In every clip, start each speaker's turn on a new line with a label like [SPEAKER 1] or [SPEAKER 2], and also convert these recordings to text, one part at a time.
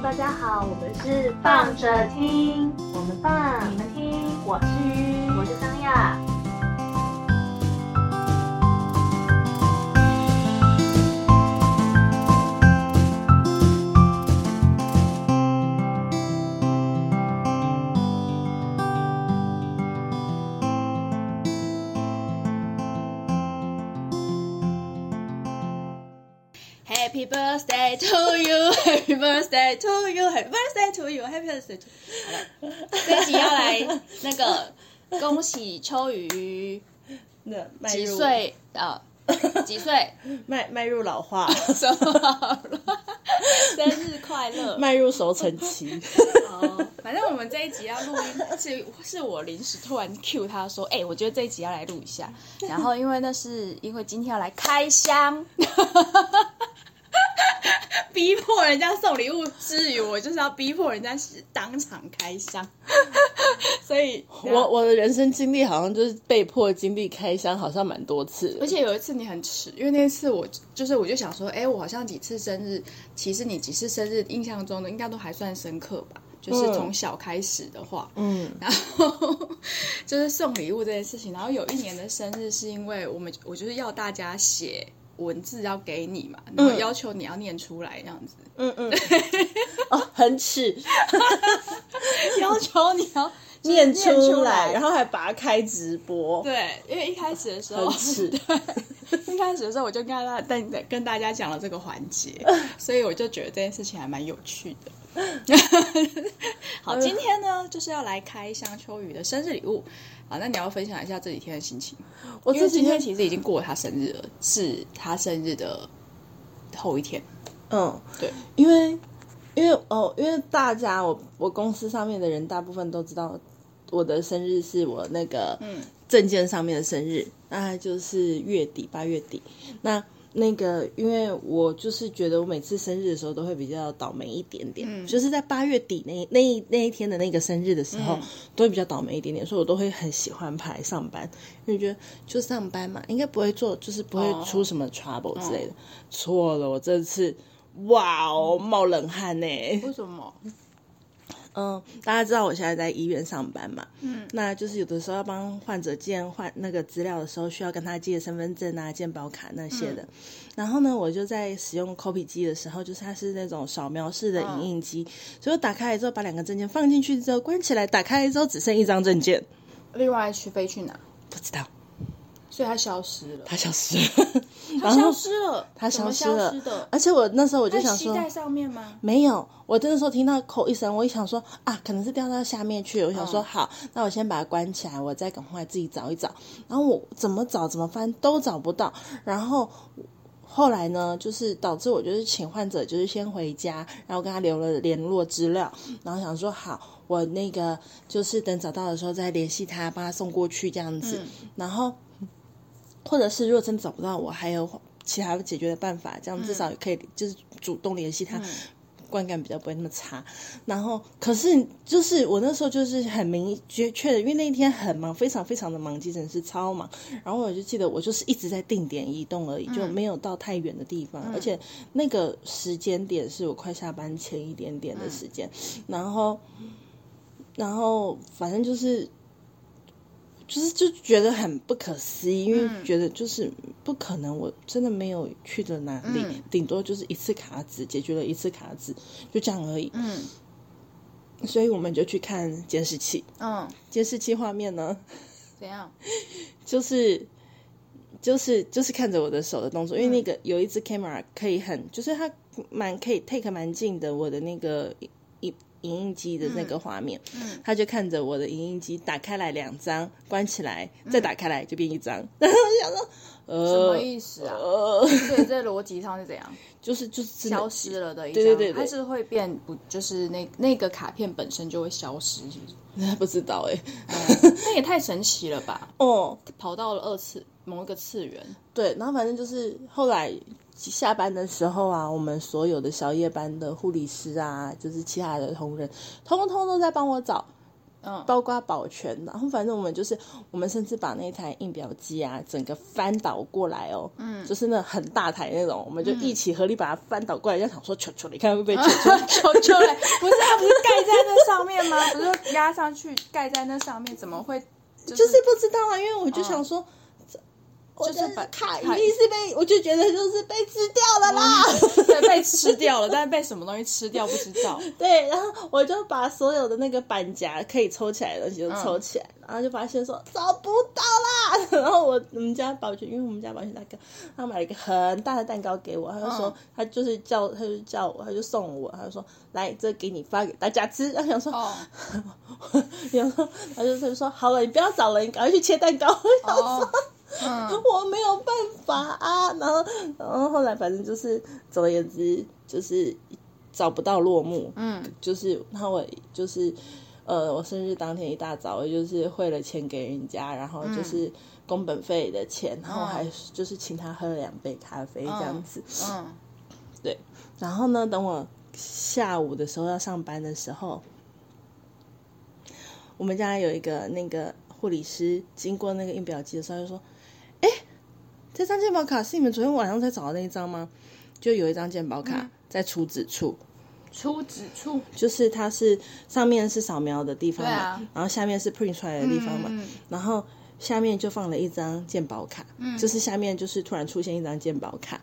[SPEAKER 1] 我们是放着听，我们放，你们听。我是我是桑亚。
[SPEAKER 2] Happy birthday to you, Happy birthday to you, Happy birthday to you, Happy birthday to you。好了，这一集要来那 个恭喜秋雨
[SPEAKER 3] 那迈
[SPEAKER 2] 几
[SPEAKER 3] 入
[SPEAKER 2] 岁 啊、呃？几 岁？
[SPEAKER 3] 迈迈入老 化，
[SPEAKER 2] 什么好了？生日快 乐！
[SPEAKER 3] 迈入熟成 期。
[SPEAKER 2] 哦，反正我们这一集要录音，是是我临时突然 Q 他说，哎、我觉得这一集要来录一下。然后因为那是因为今天要来开箱， 逼迫人家送礼物之余，我就是要逼迫人家是当场开箱，所以
[SPEAKER 3] 我我的人生经历好像就是被迫经历开箱，好像蛮多次的
[SPEAKER 2] 而。且有一次你很迟，因为那次我就是我就想说，哎、我好像几次生日，其实你几次生日印象中的应该都还算深刻吧，就是
[SPEAKER 3] 嗯
[SPEAKER 2] 从小开始的话，
[SPEAKER 3] 嗯，
[SPEAKER 2] 然后就是送礼物这件事情。然后有一年的生日是因为我们我就是要大家写文字要给你嘛，然后要求你要念出来这样 子，
[SPEAKER 3] 嗯嗯，哦，很耻，
[SPEAKER 2] 要求你 要
[SPEAKER 3] 念
[SPEAKER 2] 出来
[SPEAKER 3] 出来，然后还把它开直播，
[SPEAKER 2] 对，因为一开始的时候
[SPEAKER 3] 很。耻。
[SPEAKER 2] 一开始的时候我就跟大家跟跟大家讲了这个环节， 所以我就觉得这件事情还蛮有趣 的。好，今天呢就是要来开箱秋雨的生日礼物。好，那你要分享一下这几天的心情吗，
[SPEAKER 3] 我
[SPEAKER 2] 因为
[SPEAKER 3] 这几
[SPEAKER 2] 今
[SPEAKER 3] 天
[SPEAKER 2] 天其实已经过了他生日了，是他生日的后一天。
[SPEAKER 3] 嗯，
[SPEAKER 2] 对，
[SPEAKER 3] 因为因为哦，因为大家我我公司上面的人大部分都知道我的生日是我那个
[SPEAKER 2] 嗯
[SPEAKER 3] 证件上面的生日，那就是月底八月底。那那个，因为我就是觉得我每次生日的时候都会比较倒霉一点点，
[SPEAKER 2] 嗯
[SPEAKER 3] 就是在八月底那那一那一天的那个生日的时候，
[SPEAKER 2] 嗯
[SPEAKER 3] 都会比较倒霉一点点，所以我都会很喜欢排上班，因为觉得就上班嘛，应该不会做，就是不
[SPEAKER 2] 哦
[SPEAKER 3] 会出什么 trouble 之类的。错了，我这次哇哦，冒冷汗呢、
[SPEAKER 2] 为什么？
[SPEAKER 3] 嗯，大家知道我现在在医院上班嘛，
[SPEAKER 2] 嗯
[SPEAKER 3] 那就是有的时候要帮患者建换那个资料的时候，需要跟他借身份证啊、健保卡那些的。然后呢，我就在使用 copy 机的时候，就是它是那种扫描式的影印机，所以我打开来之后，把两个证件放进去之后关起来，打开来之后只剩一张证件，
[SPEAKER 2] 另外去飞去哪？
[SPEAKER 3] 不知道
[SPEAKER 2] 所以他消失了。
[SPEAKER 3] 它消失了。
[SPEAKER 2] 他消失了，
[SPEAKER 3] 它
[SPEAKER 2] 怎么
[SPEAKER 3] 消
[SPEAKER 2] 消
[SPEAKER 3] 了，
[SPEAKER 2] 的。
[SPEAKER 3] 而且我那时候我就
[SPEAKER 2] 在
[SPEAKER 3] 想
[SPEAKER 2] 膝
[SPEAKER 3] 说，
[SPEAKER 2] 盖上面吗？
[SPEAKER 3] 没有，我那时候听到“扣”一声，我一想说啊，可能是掉到下面去了。我想说、
[SPEAKER 2] 嗯
[SPEAKER 3] 好，那我先把它关起来，我再赶快自己找一找。然后我怎么找怎么翻都找不到，然后后来呢，就是导致我就是请患者就是先回家，然后跟他留了联络资料，然后想说好，我那个就是等找到的时候再联系他，帮他送过去这样子。然后或者是如果真找不到我，还有其他解决的办法，这样至少也可以就是主动联系他。观感比较不会那么差，然后可是就是我那时候就是很明确确的，因为那一天很忙，非常非常的忙，急诊室超忙。然后我就记得我就是一直在定点移动而已，就没有到太远的地方，而且那个时间点是我快下班前一点点的时间，然后然后反正就是就是就觉得很不可思议，因为觉得就是不可能，我真的没有去的哪里，
[SPEAKER 2] 嗯
[SPEAKER 3] 顶多就是一次卡纸解决了一次卡纸，就这样而已。
[SPEAKER 2] 嗯
[SPEAKER 3] 所以我们就去看监视器，
[SPEAKER 2] 嗯，
[SPEAKER 3] 监视器画面呢，
[SPEAKER 2] 怎样？
[SPEAKER 3] 就是。就是就是看着我的手的动
[SPEAKER 2] 嗯
[SPEAKER 3] 作，因为那个有一只 camera 可以很，就是它蛮可以 take 蛮近的我的那个影影影印机的那个画面，
[SPEAKER 2] 嗯
[SPEAKER 3] 他就看着我的影印机打开来两张，关起来再打开来就变一张， 然后我就想说，呃，
[SPEAKER 2] 嗯什么意思啊？
[SPEAKER 3] 呃，
[SPEAKER 2] 所以这逻辑上是怎样？
[SPEAKER 3] 就是就是真的
[SPEAKER 2] 消失了的一张，
[SPEAKER 3] 对对对对
[SPEAKER 2] 它是会变不，就是那那个卡片本身就会消失，是不是？ 嗯
[SPEAKER 3] 不知道哎、
[SPEAKER 2] 那也太神奇了吧！
[SPEAKER 3] 哦，
[SPEAKER 2] 跑到了二次某一个次元，
[SPEAKER 3] 对，然后反正就是后来下班的时候啊，我们所有的小夜班的护理师啊，就是其他的同仁，通通都在帮我找。
[SPEAKER 4] 嗯
[SPEAKER 3] 包括保全，然后反正我们就是，我们甚至把那台印表机啊，整个翻倒过来哦，嗯，就是那很大台那种，我们就一起合力把它翻倒过来，就想说球球，你看会不会球球球球 嘞？
[SPEAKER 2] 不是它不是盖在那上面吗？不是压上去盖在那上面，怎么会就
[SPEAKER 3] 就是不知道啊，因为我就想说，
[SPEAKER 2] 就
[SPEAKER 3] 这
[SPEAKER 2] 是
[SPEAKER 3] 我的
[SPEAKER 2] 把
[SPEAKER 3] 卡一
[SPEAKER 2] 卡
[SPEAKER 3] 定是被，我就觉得就是被吃掉了啦。
[SPEAKER 2] 嗯对被吃掉了？但是被什么东西吃掉不知 道。
[SPEAKER 3] 对，然后我就把所有的那个板夹可以抽起来的东西就
[SPEAKER 2] 嗯
[SPEAKER 3] 抽起来，然后就发现说找不到啦。然后我我们家保全，因为我们家保全大哥，他买了一个很大的蛋糕给我，他就说、
[SPEAKER 2] 嗯
[SPEAKER 3] 他就是叫他就叫我，他就送我，他就说来这给你发给大家吃。 然后想说，
[SPEAKER 2] 哦
[SPEAKER 3] 然后他就他就说好了，你不要找了，你赶快去切蛋糕。 我想说
[SPEAKER 2] 哦，嗯，
[SPEAKER 3] 我没有办法啊。然后，然后后来反正就是，总而言之就是找不到落幕。嗯，就是然后我就是呃，我生日当天一大早，我就是汇了钱给人家，然后就是工本费的钱，然后还就是请他喝了两杯咖啡这样子。
[SPEAKER 2] 嗯，
[SPEAKER 3] 然后呢，等我下午的时候要上班的时候，我们家有一个那个护理师经过那个印表机的时候，就说：“哎，这张健保卡是你们昨天晚上才找的那一张吗？”就有一张健保卡在出纸处，
[SPEAKER 2] 出指处，
[SPEAKER 3] 就是它是上面是扫描的地方嘛，
[SPEAKER 2] 对啊
[SPEAKER 3] 然后下面是 print 出来的地方嘛，
[SPEAKER 2] 嗯嗯
[SPEAKER 3] 然后下面就放了一张鉴宝卡，
[SPEAKER 2] 嗯
[SPEAKER 3] 就是下面就是突然出现一张鉴宝卡，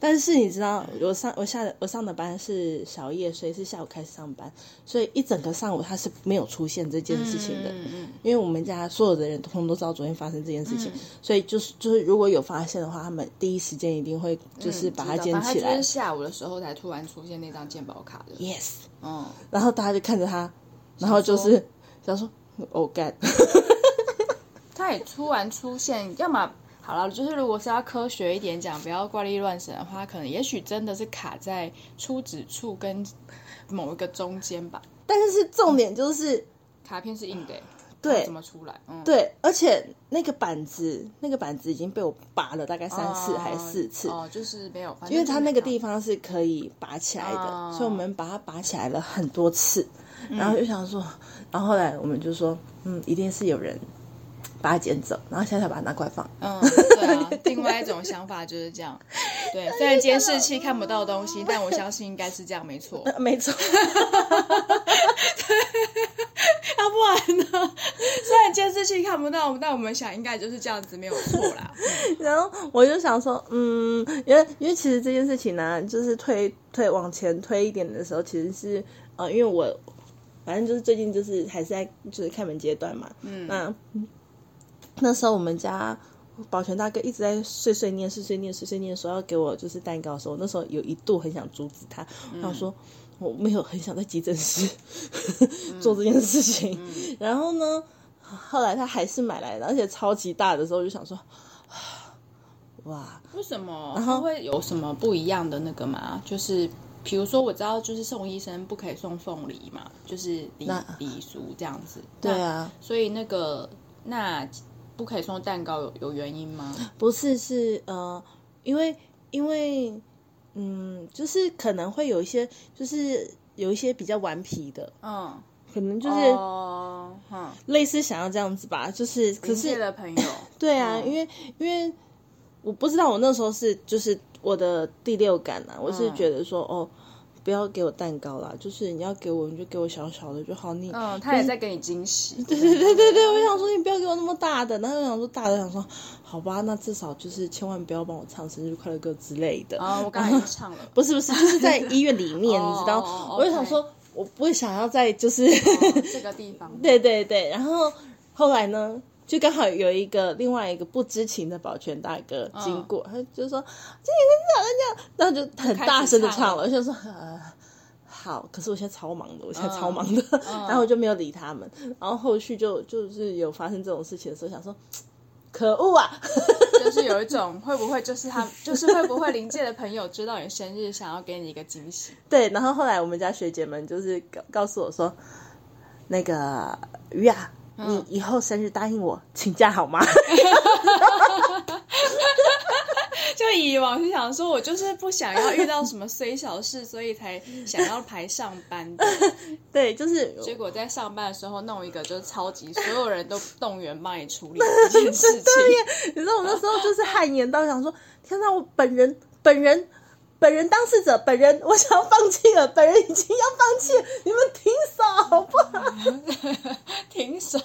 [SPEAKER 3] 但是你知道我上我下我上的班是小夜，所以是下午开始上班，所以一整个上午它是没有出现这件事情的，
[SPEAKER 2] 嗯
[SPEAKER 3] 因为我们家所有的人通通都知道昨天发生这件事情，所以就是就是如果有发现的话，他们第一时间一定会就是把它
[SPEAKER 2] 嗯知
[SPEAKER 3] 捡
[SPEAKER 2] 道
[SPEAKER 3] 起
[SPEAKER 2] 反正他
[SPEAKER 3] 来
[SPEAKER 2] 就是。下午的时候才突然出现那张鉴宝卡的。
[SPEAKER 3] yes，
[SPEAKER 2] 嗯，
[SPEAKER 3] 然后大家就看着他，然后就是想说，哦干，
[SPEAKER 2] 他也突然出现，要么好了，就是如果是要科学一点讲，不要怪力乱神的话，可能也许真的是卡在出指处跟某一个中间吧。
[SPEAKER 3] 但是重点就是
[SPEAKER 2] 卡片是硬的欸、
[SPEAKER 3] 对
[SPEAKER 2] 怎么出来？嗯，
[SPEAKER 3] 对，而且那个板子，那个板子已经被我拔了大概三次
[SPEAKER 2] 哦
[SPEAKER 3] 还是四次，
[SPEAKER 2] 哦，就是没有，反正
[SPEAKER 3] 因为它那个地
[SPEAKER 2] 方，
[SPEAKER 3] 方是可以拔起来的，
[SPEAKER 2] 哦嗯
[SPEAKER 3] 所以我们把它拔起来了很多次，然后就想说，然后后来我们就说，嗯，一定是有人把它捡走，然后现在才把它拿过来放。
[SPEAKER 2] 嗯，对啊。另外一种想法就是这样， 对，虽然监视器看不到东西，但我相信应该是这样， 没错。
[SPEAKER 3] 呃 没错，
[SPEAKER 2] 要不然呢？虽然监视器看不到，但我们想应该就是这样子，没有错啦。
[SPEAKER 3] 然后我就想说，嗯，因为因为其实这件事情呢、就是推推往前推一点的时候，其实是呃，因为我反正就是最近就是还是在就是开门阶段嘛，嗯，那那时候我们家保全大哥一直在碎碎念、碎碎念、碎碎念，说要给我就是蛋糕的时候，我那时候有一度很想阻止他，我想说。我没有很想在急诊室 做这件事情，然后呢，后来他还是买来的，而且超级大的时候，我就想说，哇，
[SPEAKER 2] 为什么？然后会有什么不一样的那个吗？就是比如说，我知道就是送医生不可以送凤梨嘛，就是礼
[SPEAKER 3] 那
[SPEAKER 2] 礼俗这样子。
[SPEAKER 3] 对啊，
[SPEAKER 2] 那，所以那个那不可以送蛋糕有有原因 吗？
[SPEAKER 3] 不是是呃，因为因为嗯，就是可能会有一些，就是有一些比较顽皮的，
[SPEAKER 2] 嗯，
[SPEAKER 3] 可能就是
[SPEAKER 2] 哦，嗯，
[SPEAKER 3] 类似想要这样子吧，就是可
[SPEAKER 2] 临界
[SPEAKER 3] 是
[SPEAKER 2] 的朋友，
[SPEAKER 3] 对啊，
[SPEAKER 2] 嗯
[SPEAKER 3] 因为因为我不知道我那时候是就是我的第六感
[SPEAKER 2] 嗯
[SPEAKER 3] 啊，我是觉得说、哦。不要给我蛋糕啦，就是你要给我，你就给我小小的就好。你
[SPEAKER 2] 嗯，他也在给你惊喜。 对
[SPEAKER 3] 对 对对对，我想说你不要给我那么大的，然后我想说大的，想说好吧，那至少就是千万不要帮我唱生日快乐歌之类的。
[SPEAKER 2] 啊，我刚才已经唱 了。
[SPEAKER 3] 不是不是，就是在医院里面，你知
[SPEAKER 2] 哦
[SPEAKER 3] 道，我就想说，我不会想要在就是，
[SPEAKER 2] 哦这个地方，
[SPEAKER 3] 对对对，然后后来呢？就刚好有一个另外一个不知情的保全大哥经过，他就说今天跟这样这样，然后就很大声的唱了，嗯我就说、呃、好，可是我现在超忙的，我现在超忙的，然后我就没有理他们。然后后续就就是有发生这种事情的时候，想说可恶啊，
[SPEAKER 2] 就是有一种会不会就是他，就是会不会临界的朋友知道你生日，想要给你一个惊喜。
[SPEAKER 3] 对，然后后来我们家学姐们就是告告诉我说，那个鱼啊，你以后生日答应我请假好吗？
[SPEAKER 2] 就就以往是想说，我就是不想要遇到什么虽小事，所以才想要排上班的。
[SPEAKER 3] 对，就是
[SPEAKER 2] 结果在上班的时候弄一个，就是超级所有人都动员帮你处理这件事情。
[SPEAKER 3] 你知道我那时候就是汗颜到想说，天哪，我本人本人本人当事者本人，我想要放弃了，本人已经要放弃了，你们停手好不好？
[SPEAKER 2] 停手！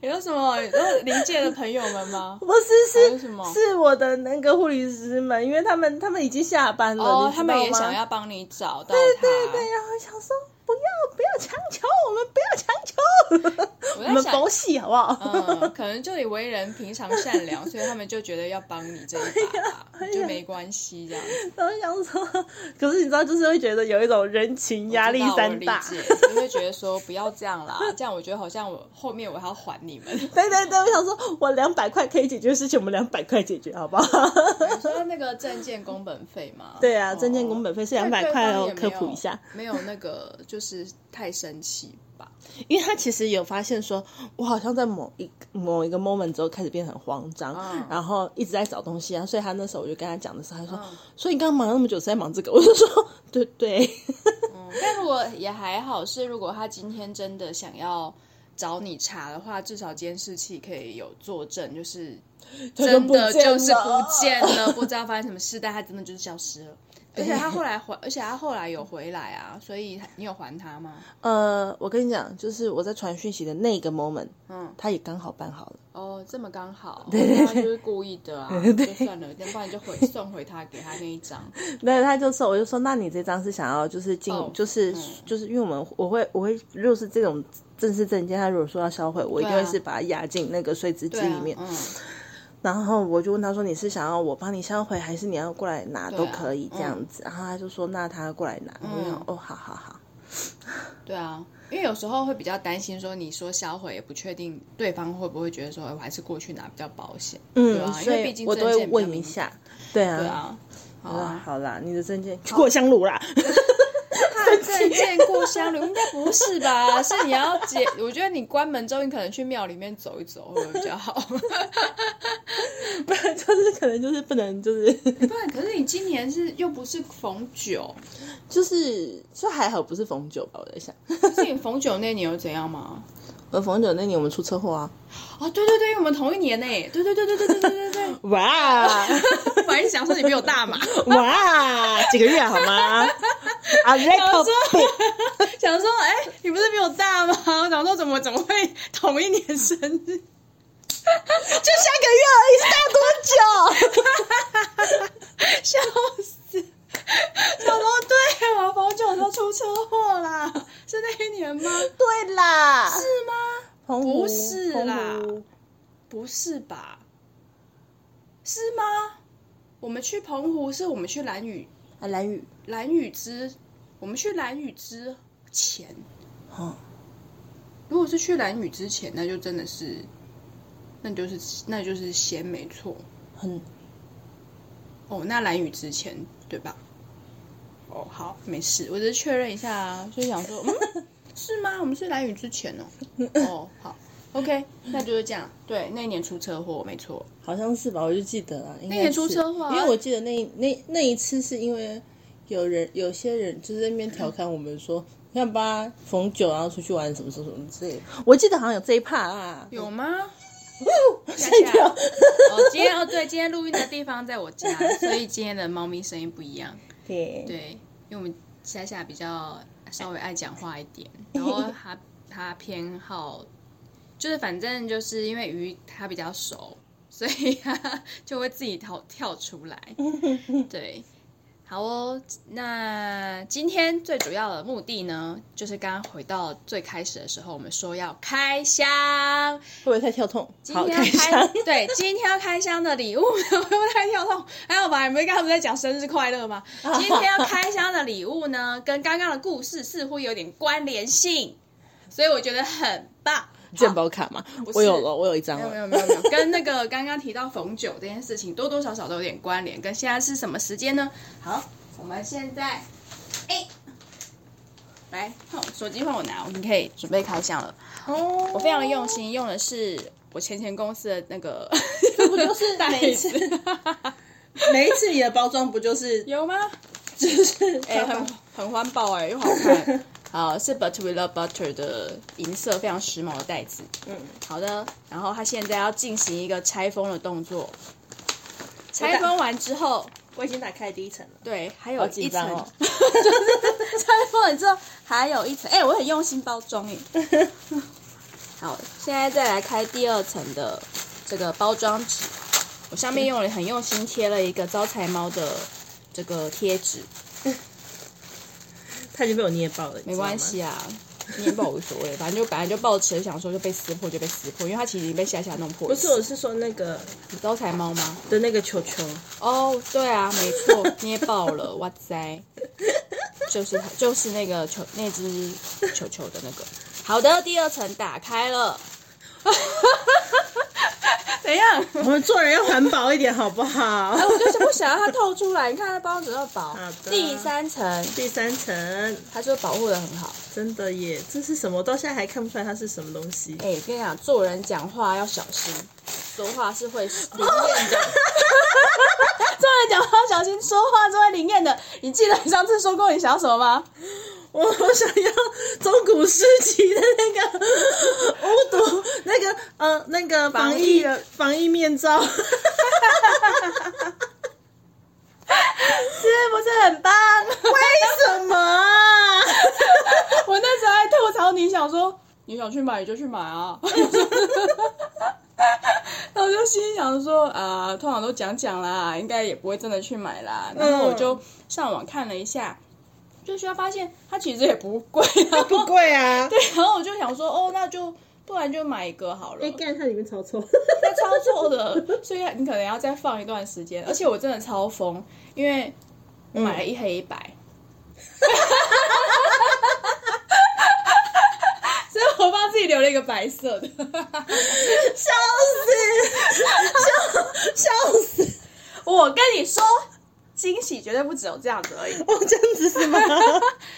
[SPEAKER 2] 你说什么？你说临界的朋友们吗？
[SPEAKER 3] 不是
[SPEAKER 2] 还有
[SPEAKER 3] 是
[SPEAKER 2] 什么
[SPEAKER 3] 是我的那个护理师们，因为他们他们已经下班了，
[SPEAKER 2] 哦
[SPEAKER 3] 你，知
[SPEAKER 2] 他
[SPEAKER 3] 道
[SPEAKER 2] 们也
[SPEAKER 3] 吗
[SPEAKER 2] 想要帮你找到他。
[SPEAKER 3] 对对对，然后想说不要不要强求，我们不要强求，我
[SPEAKER 2] 我在
[SPEAKER 3] 们
[SPEAKER 2] 想
[SPEAKER 3] 佛，系好不好？
[SPEAKER 2] 嗯，可能就你为人平常善良，所以他们就觉得要帮你这一把 吧，
[SPEAKER 3] 哎
[SPEAKER 2] 就没关系这样子。
[SPEAKER 3] 然后想说，可是你知道，就是会觉得有一种人情压力山大
[SPEAKER 2] 我。知道我理解，就会觉得说不要这样啦，这样我觉得好像我后面我还要还你 们。
[SPEAKER 3] 对对对，我想说，我两百块可以解决的事情，我们两百块解决，好不 好？
[SPEAKER 2] 你说那个证件工本费哦吗？
[SPEAKER 3] 对啊，证件工本费是两百块哦，科普一下，，
[SPEAKER 2] 没有那个就是太生气吧。
[SPEAKER 3] 因为他其实有发现说，我好像在某一某一个 moment 之后开始变得很慌张，
[SPEAKER 2] 嗯
[SPEAKER 3] 然后一直在找东西啊，所以他那时候我就跟他讲的时候，他说，
[SPEAKER 2] 嗯
[SPEAKER 3] 所以你刚刚忙那么久是在忙这个， 我就说，对对，
[SPEAKER 2] 嗯，但如果也还好，是如果他今天真的想要找你查的话，至少监视器可以有作证，就是
[SPEAKER 3] 就
[SPEAKER 2] 真的
[SPEAKER 3] 不见
[SPEAKER 2] 就是
[SPEAKER 3] 了
[SPEAKER 2] 不见 了，不知道发生什么事，但他真的就是消失了。而且他后来还，而且他后来有回来啊，所以你有还他吗？
[SPEAKER 3] 呃，我跟你讲，就是我在传讯息的那个 moment，
[SPEAKER 2] 嗯，
[SPEAKER 3] 他也刚好办好了。
[SPEAKER 2] 哦，这么刚好，对他就是故意的啊，就算了，要不然就回送回他给他那一张。
[SPEAKER 3] 对，他就说，我就说，那你这张是想要就是进，
[SPEAKER 2] 哦
[SPEAKER 3] 就是、
[SPEAKER 2] 嗯
[SPEAKER 3] 就是因为我们我会我会，如果是这种正式证件，他如果说要销毁，我一定
[SPEAKER 2] 对啊
[SPEAKER 3] 会是把它压进那个碎纸机
[SPEAKER 2] 对
[SPEAKER 3] 里
[SPEAKER 2] 啊，
[SPEAKER 3] 面。
[SPEAKER 2] 嗯，
[SPEAKER 3] 然后我就问他说，你是想要我帮你销毁，还是你要过来拿
[SPEAKER 2] 对啊
[SPEAKER 3] 都可以这样
[SPEAKER 2] 嗯
[SPEAKER 3] 子？然后他就说，那他过来拿。我就想
[SPEAKER 2] 嗯，
[SPEAKER 3] 哦，好好好。
[SPEAKER 2] 对啊，因为有时候会比较担心，说你说销毁也不确定对方会不会觉得说，哎我还是过去拿比较保险，对
[SPEAKER 3] 嗯，
[SPEAKER 2] 啊，因
[SPEAKER 3] 所
[SPEAKER 2] 为毕
[SPEAKER 3] 以
[SPEAKER 2] 竟
[SPEAKER 3] 我都
[SPEAKER 2] 证
[SPEAKER 3] 会
[SPEAKER 2] 件比较
[SPEAKER 3] 问一
[SPEAKER 2] 敏感，
[SPEAKER 3] 下。对啊，
[SPEAKER 2] 对啊，好
[SPEAKER 3] 好啦
[SPEAKER 2] 啊，
[SPEAKER 3] 好啦，你的证件去过香炉啦。
[SPEAKER 2] 看证件过香炉应该不是吧？ 是你要解，我觉得你关门之后，你可能去庙里面走一走会不会比较好？
[SPEAKER 3] 不然就是可能就是不能就是
[SPEAKER 2] 不然，可是你今年是又不是逢九，
[SPEAKER 3] 就是就还好不是逢九吧，我在想，
[SPEAKER 2] 可是你逢九那年又怎样吗？
[SPEAKER 3] 我逢九那年我们出车祸啊，
[SPEAKER 2] 哦，对对对，因为我们同一年呢，对对对对对对对对对，
[SPEAKER 3] 哇
[SPEAKER 2] 我本来是想说你比我大嘛。
[SPEAKER 3] 哇，几个月好吗？A little bit，
[SPEAKER 2] 想说，哎、你不是比我大吗？我想说，怎么怎么会同一年生日？
[SPEAKER 3] 就下个月而已，是要多久？
[SPEAKER 2] 笑死！想说，对，我好久都出车祸啦，是那一年吗？
[SPEAKER 3] 对啦，是
[SPEAKER 2] 是吗？
[SPEAKER 3] 澎湖
[SPEAKER 2] 不是啦
[SPEAKER 3] 澎湖
[SPEAKER 2] 不是吧？是吗？我们去澎湖，是我们去蓝屿，
[SPEAKER 3] 啊，蓝雨，
[SPEAKER 2] 蓝屿之，我们去蓝屿之前。
[SPEAKER 3] 哦，
[SPEAKER 2] 如果是去蓝屿之前，那就真的是，那就是那就是先没错。
[SPEAKER 3] 很
[SPEAKER 2] 哦，那蓝雨之前对吧？哦，好，没事，我只是确认一下啊，就想说，嗯，是吗？我们是蓝雨之前哦。哦，好，OK，那就是这样。对，那一年出车祸，没错。
[SPEAKER 3] 好像是吧，我就记得了，应该
[SPEAKER 2] 那也
[SPEAKER 3] 是
[SPEAKER 2] 出车祸啊
[SPEAKER 3] 因为我记得那一那那一次是因为有人有些人就是在那边调侃我们说。你看吧，逢九然后出去玩什么什么什么之类的，我记得好像有这一趴啊，
[SPEAKER 2] 有吗？
[SPEAKER 3] 吓
[SPEAKER 2] 吓
[SPEAKER 3] 一跳。
[SPEAKER 2] 哦，今天哦，对，今天录音的地方在我家，所以今天的猫咪声音不一样。
[SPEAKER 3] 对，
[SPEAKER 2] 对，因为我们夏夏比较稍微爱讲话一点，然后他他偏好，就是反正就是因为鱼他比较熟，所以他就会自己跳跳出来。对，好哦，那今天最主要的目的呢，就是刚刚回到最开始的时候，我们说要开箱，
[SPEAKER 3] 会不会太跳痛？
[SPEAKER 2] 今
[SPEAKER 3] 好
[SPEAKER 2] 天要
[SPEAKER 3] 开
[SPEAKER 2] 开
[SPEAKER 3] 箱，
[SPEAKER 2] 对，今天要开箱的礼物呢，我又太跳动。还有吧，你们刚刚不是在讲生日快乐吗？
[SPEAKER 3] 啊
[SPEAKER 2] 今天要开箱的礼物呢，跟刚刚的故事似乎有点关联性，所以我觉得很棒。
[SPEAKER 3] 健保卡嘛，我有了，我有一张
[SPEAKER 2] 没有没
[SPEAKER 3] 了。
[SPEAKER 2] 有没有没有，跟那个刚刚提到逢九这件事情多多少少都有点关联，跟现在是什么时间呢？好，我们现在，哎，来，好，手机换我拿，我们可以准备开箱了。
[SPEAKER 3] 哦，
[SPEAKER 2] 我非常用心，用的是我前前公司的那个
[SPEAKER 3] 不就 是
[SPEAKER 2] 袋
[SPEAKER 3] 每
[SPEAKER 2] 子
[SPEAKER 3] 次，每一次你的包装不就是
[SPEAKER 2] 有吗？
[SPEAKER 3] 就是
[SPEAKER 2] 哎、很很环保哎、又好 看。好，是 But We Love Butter 的银色非常时髦的袋子。嗯，好的。然后它现在要进行一个拆封的动作。拆封完之后，
[SPEAKER 3] 我已经打开第一层了，
[SPEAKER 2] 对，还有
[SPEAKER 3] 好
[SPEAKER 2] 一
[SPEAKER 3] 紧张
[SPEAKER 2] 层
[SPEAKER 3] 哦。
[SPEAKER 2] 拆封了之后还有一层，哎、我很用心包装 哎。好，现在再来开第二层的这个包装纸，我上面用了很用心贴了一个招财猫的这个贴纸，
[SPEAKER 3] 它已经被我捏爆了，
[SPEAKER 2] 没关系
[SPEAKER 3] 啊。
[SPEAKER 2] 啊，捏爆无所谓，反正就本来就抱持想说就被撕破就被撕破，因为它其实已经被夏夏弄破
[SPEAKER 3] 不
[SPEAKER 2] 了。
[SPEAKER 3] 是，我是说那个
[SPEAKER 2] 招财猫吗？
[SPEAKER 3] 的那个球球，
[SPEAKER 2] 哦，对啊，没错，捏爆了， 哇塞！就是它就是那个球那只球球的那个。好的，第二层打开了。 怎样？
[SPEAKER 3] 我们做人要环保一点，好不好？
[SPEAKER 2] 哎我就是不想让它透出来，你看它包装纸要薄
[SPEAKER 3] 好。的
[SPEAKER 2] 第三层，
[SPEAKER 3] 第三层，
[SPEAKER 2] 它就保护的很好。
[SPEAKER 3] 真的耶，这是什么？我到现在还看不出来它是什么东西。
[SPEAKER 2] 哎、跟你讲，做人讲话要小心，说话是会灵验的。 做人讲话要小心，说话是会灵验的。你记得你上次说过你想要什么吗？
[SPEAKER 3] 我好想要中古世纪的那个巫毒，那个呃，那个防疫
[SPEAKER 2] 防
[SPEAKER 3] 防疫面罩，
[SPEAKER 2] 是不是很棒？
[SPEAKER 3] 为什么啊？
[SPEAKER 2] 我那时候还吐槽你，想说你想去买你就去买 啊。那我就心里想说啊、通常都讲讲啦，应该也不会真的去买啦。然后我就上网看了一下，就需要发现它其实也不贵啊，
[SPEAKER 3] 不贵啊，对，
[SPEAKER 2] 然后我就想说，哦，那就不然就买一个好了。
[SPEAKER 3] 干它里面超臭，
[SPEAKER 2] 它超臭的，所以你可能要再放一段时间。而且我真的超疯，因为我买了一黑一白。 所以我帮自己留了一个白色的，
[SPEAKER 3] 笑死，笑笑死，
[SPEAKER 2] 我跟你说，惊喜绝对不只有这样子而已。
[SPEAKER 3] 哦，这样子是吗？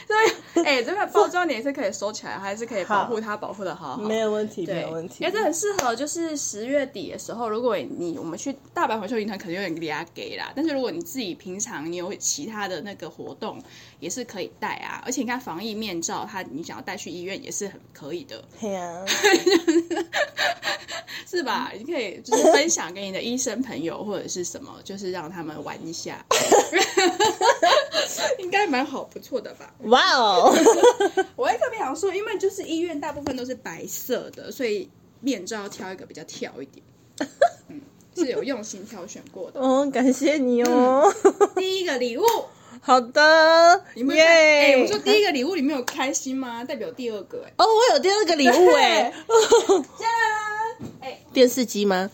[SPEAKER 2] 所以，哎、这个包装你也是可以收起来，还是可以保护它，保护的好好。
[SPEAKER 3] 没有问题，没
[SPEAKER 2] 对，
[SPEAKER 3] 有问题
[SPEAKER 2] 哎、。这很适合，就是十月底的时候，如果你我们去大阪环球影城，可能有点压给啦。但是如果你自己平常你有其他的那个活动，也是可以带啊。而且你看防疫面罩，它你想要带去医院也是很可以的，
[SPEAKER 3] 对哎呀，
[SPEAKER 2] 是吧？你可以就是分享给你的医生朋友或者是什么，就是让他们玩一下， 应该蛮好，不错的吧？
[SPEAKER 3] 哇 哦，
[SPEAKER 2] 我会特别想说，因为就是医院大部分都是白色的，所以面罩挑一个比较挑一点，嗯，是有用心挑选过的。
[SPEAKER 3] 哦，感谢你哦。
[SPEAKER 2] 第一个礼物，
[SPEAKER 3] 好的，
[SPEAKER 2] 你们
[SPEAKER 3] 耶！
[SPEAKER 2] 哎、我说第一个礼物你没有开心吗？代表第二个哎、
[SPEAKER 3] 哦，我有第二个礼物 哎，电视机 吗？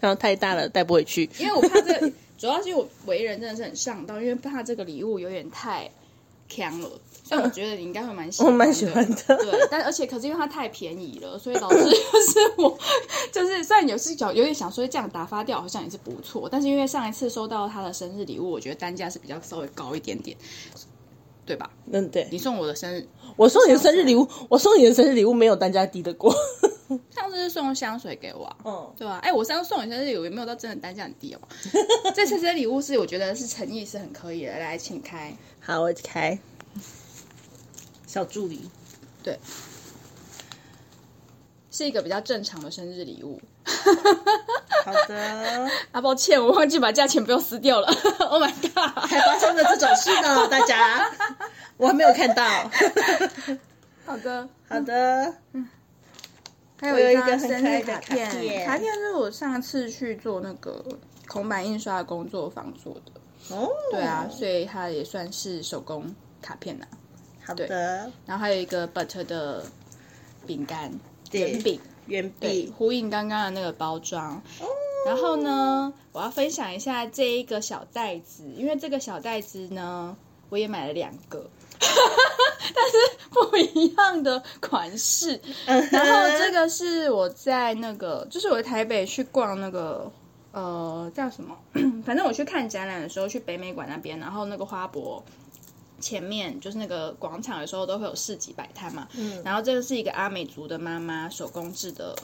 [SPEAKER 3] 然后太大了，带不回去。
[SPEAKER 2] 因为我怕 这主要是因为我为人真的是很上道，因为怕这个礼物有点太强了。所以我觉得你应该会蛮喜欢的，
[SPEAKER 3] 我蛮喜欢的
[SPEAKER 2] 对，但而且可是因为它太便宜了，所以导致 就是我就是虽然有是想有点想说这样打发掉好像也是不错，但是因为上一次收到他的生日礼物，我觉得单价是比较稍微高一点点，对吧？
[SPEAKER 3] 嗯，对
[SPEAKER 2] 你，送我的生日，
[SPEAKER 3] 我送你的生日礼物，我送你的生日礼物没有单价低的过。
[SPEAKER 2] 上次是送香水给我、啊，
[SPEAKER 3] 嗯，
[SPEAKER 2] 对吧、哎、我上次送你生日礼物也没有到真的单价很低哦， 这次生日礼物是我觉得是诚意是很可以的，来，请开。
[SPEAKER 3] 好，我开。小助理，
[SPEAKER 2] 是一个比较正常的生日礼物。
[SPEAKER 3] 好的，
[SPEAKER 2] 啊，抱歉，我忘记把价钱不要撕掉了。oh my god！
[SPEAKER 3] 还发生了这种事呢，大家，我还没有看到。
[SPEAKER 2] 好的，
[SPEAKER 3] 好的，
[SPEAKER 2] 还
[SPEAKER 3] 我有
[SPEAKER 2] 有
[SPEAKER 3] 一
[SPEAKER 2] 一
[SPEAKER 3] 个
[SPEAKER 2] 张
[SPEAKER 3] 很
[SPEAKER 2] 生
[SPEAKER 3] 可爱
[SPEAKER 2] 日
[SPEAKER 3] 的
[SPEAKER 2] 卡
[SPEAKER 3] 卡片
[SPEAKER 2] 片，卡片是我上次去做那个孔板印刷的工作坊做的。
[SPEAKER 3] 哦，
[SPEAKER 2] 对啊，所以它也算是手工卡片啦、
[SPEAKER 3] 好的，
[SPEAKER 2] 然后还有一个 butter 的饼干
[SPEAKER 3] 对
[SPEAKER 2] 卷饼，
[SPEAKER 3] 圆
[SPEAKER 2] 对，
[SPEAKER 3] 笔，
[SPEAKER 2] 呼应刚刚的那个包装。然后呢，我要分享一下这一个小袋子，因为这个小袋子呢，我也买了两个，但是不一样的款式。 然后这个是我在那个，就是我在台北去逛那个。呃，叫什么？ 反正我去看展览的时候，去北美馆那边，然后那个花博前面就是那个广场，有时候都会有市集摆摊嘛。然后这个是一个阿美族的妈妈手工制的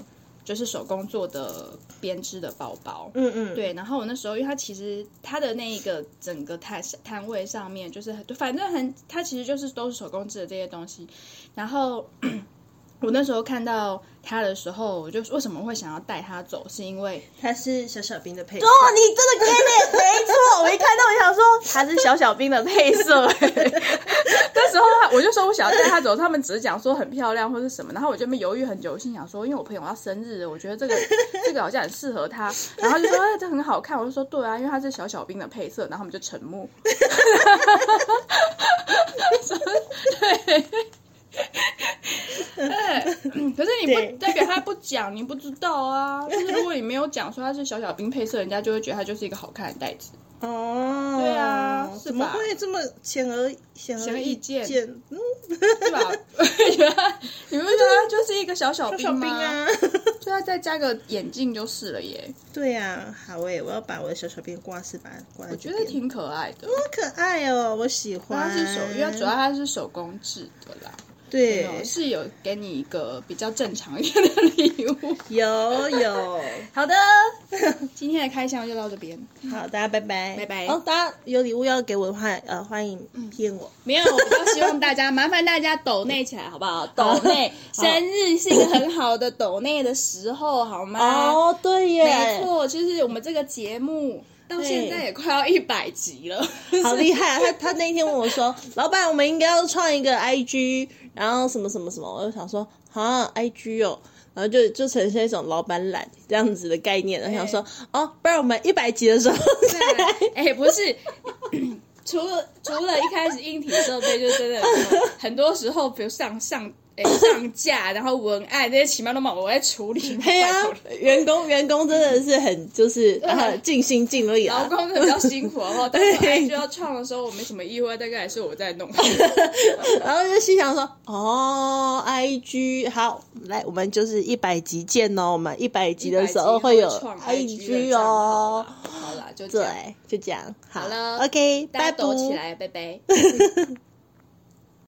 [SPEAKER 2] 就是手工做的编织的包包。
[SPEAKER 3] 嗯嗯，
[SPEAKER 2] 对，然后我那时候，因为它其实它的那一个整个摊摊位上面，就是很反正很，它其实就是都是手工制的这些东西。然后 我那时候看到它的时候，我就为什么会想要带它走，是因为
[SPEAKER 4] 它是小小兵的配色。
[SPEAKER 3] 哦，你真的 get it，没错，我一看到我想说 它是小小兵的配色，
[SPEAKER 2] 那时候他我就说我想要带他走，他们只是讲说很漂亮或是什么，然后我就没犹豫很久，我心想说，因为我朋友要生日了，我觉得这个 这个好像很适合他，然后他就说哎这很好看，我就说对啊，因为它是小小兵的配色，然后他们就沉 默，对。对，可是你
[SPEAKER 3] 对
[SPEAKER 2] 不代表他不讲，你不知道啊。就是如果你没有讲说它是小小兵配色，人家就会觉得它就是一个好看的袋子。
[SPEAKER 3] 哦，
[SPEAKER 2] 对啊是吧
[SPEAKER 3] 怎么会这么显而显
[SPEAKER 2] 显
[SPEAKER 3] 而
[SPEAKER 2] 而易见
[SPEAKER 3] 见？嗯，
[SPEAKER 2] 对吧？你们觉得它就是一个小小
[SPEAKER 3] 小
[SPEAKER 2] 兵
[SPEAKER 3] 小兵
[SPEAKER 2] 吗？
[SPEAKER 3] 啊，
[SPEAKER 2] 就要再加个眼镜就是了耶，
[SPEAKER 3] 对呀、啊，好诶，我要把我的小小兵挂饰把它挂在
[SPEAKER 2] 我
[SPEAKER 3] 这
[SPEAKER 2] 觉
[SPEAKER 3] 边，
[SPEAKER 2] 得挺可爱的。
[SPEAKER 3] 好可爱哦，我喜欢。
[SPEAKER 2] 它是手，
[SPEAKER 4] 嗯
[SPEAKER 2] 因为主要它是手工制的啦，
[SPEAKER 3] 对
[SPEAKER 2] 有是有给你一个比较正常一点的礼物。
[SPEAKER 3] 有有，
[SPEAKER 2] 好的，今天的开箱就到这边，
[SPEAKER 3] 好，大家拜拜，
[SPEAKER 2] 拜拜
[SPEAKER 3] 哦，大家有礼物要给我的话，呃，欢迎骗我。
[SPEAKER 4] 没有，我比较希望大家 麻烦大家抖内起来好不好？抖内，生日是一个很好的抖内的时候，好吗？，
[SPEAKER 3] 哦，对耶，
[SPEAKER 4] 没，错，就是我们这个节目到现在也快要一百集了，
[SPEAKER 3] 好厉害、啊！他他那一天问我说：“老板，我们应该要创一个 IG，然后什么什么什么。”我就想说：“啊，IG 哦。”然后就就呈现一种老板懒这样子的概念，然后想说：“哦，不然我们一百集的时候再来。
[SPEAKER 4] 哎、不是，除了除了一开始硬体设备，就真的有很多时候，比如上上。哎、上架，然后文案这些奇妙都嘛，我在处理。”
[SPEAKER 3] 对哎呀、
[SPEAKER 4] 拜托了
[SPEAKER 3] 员工员工真的是很就是啊尽心尽力
[SPEAKER 4] 劳
[SPEAKER 3] 啊。
[SPEAKER 4] 工比较辛苦哦。但是 IG 要创的时候，我没什么意外，大概也是我在弄。
[SPEAKER 3] 然后就心想说：“哦，IG 好，来，我们就是一百集见哦，我们一百集的时候会 有
[SPEAKER 4] 创 IG 的账号
[SPEAKER 3] 哦
[SPEAKER 4] 啦。”好啦，就这样
[SPEAKER 3] 对，就这样。好
[SPEAKER 4] 好了
[SPEAKER 3] ，OK，
[SPEAKER 4] 大家
[SPEAKER 3] 拜
[SPEAKER 4] 抖
[SPEAKER 3] 拜
[SPEAKER 4] 起来，拜拜。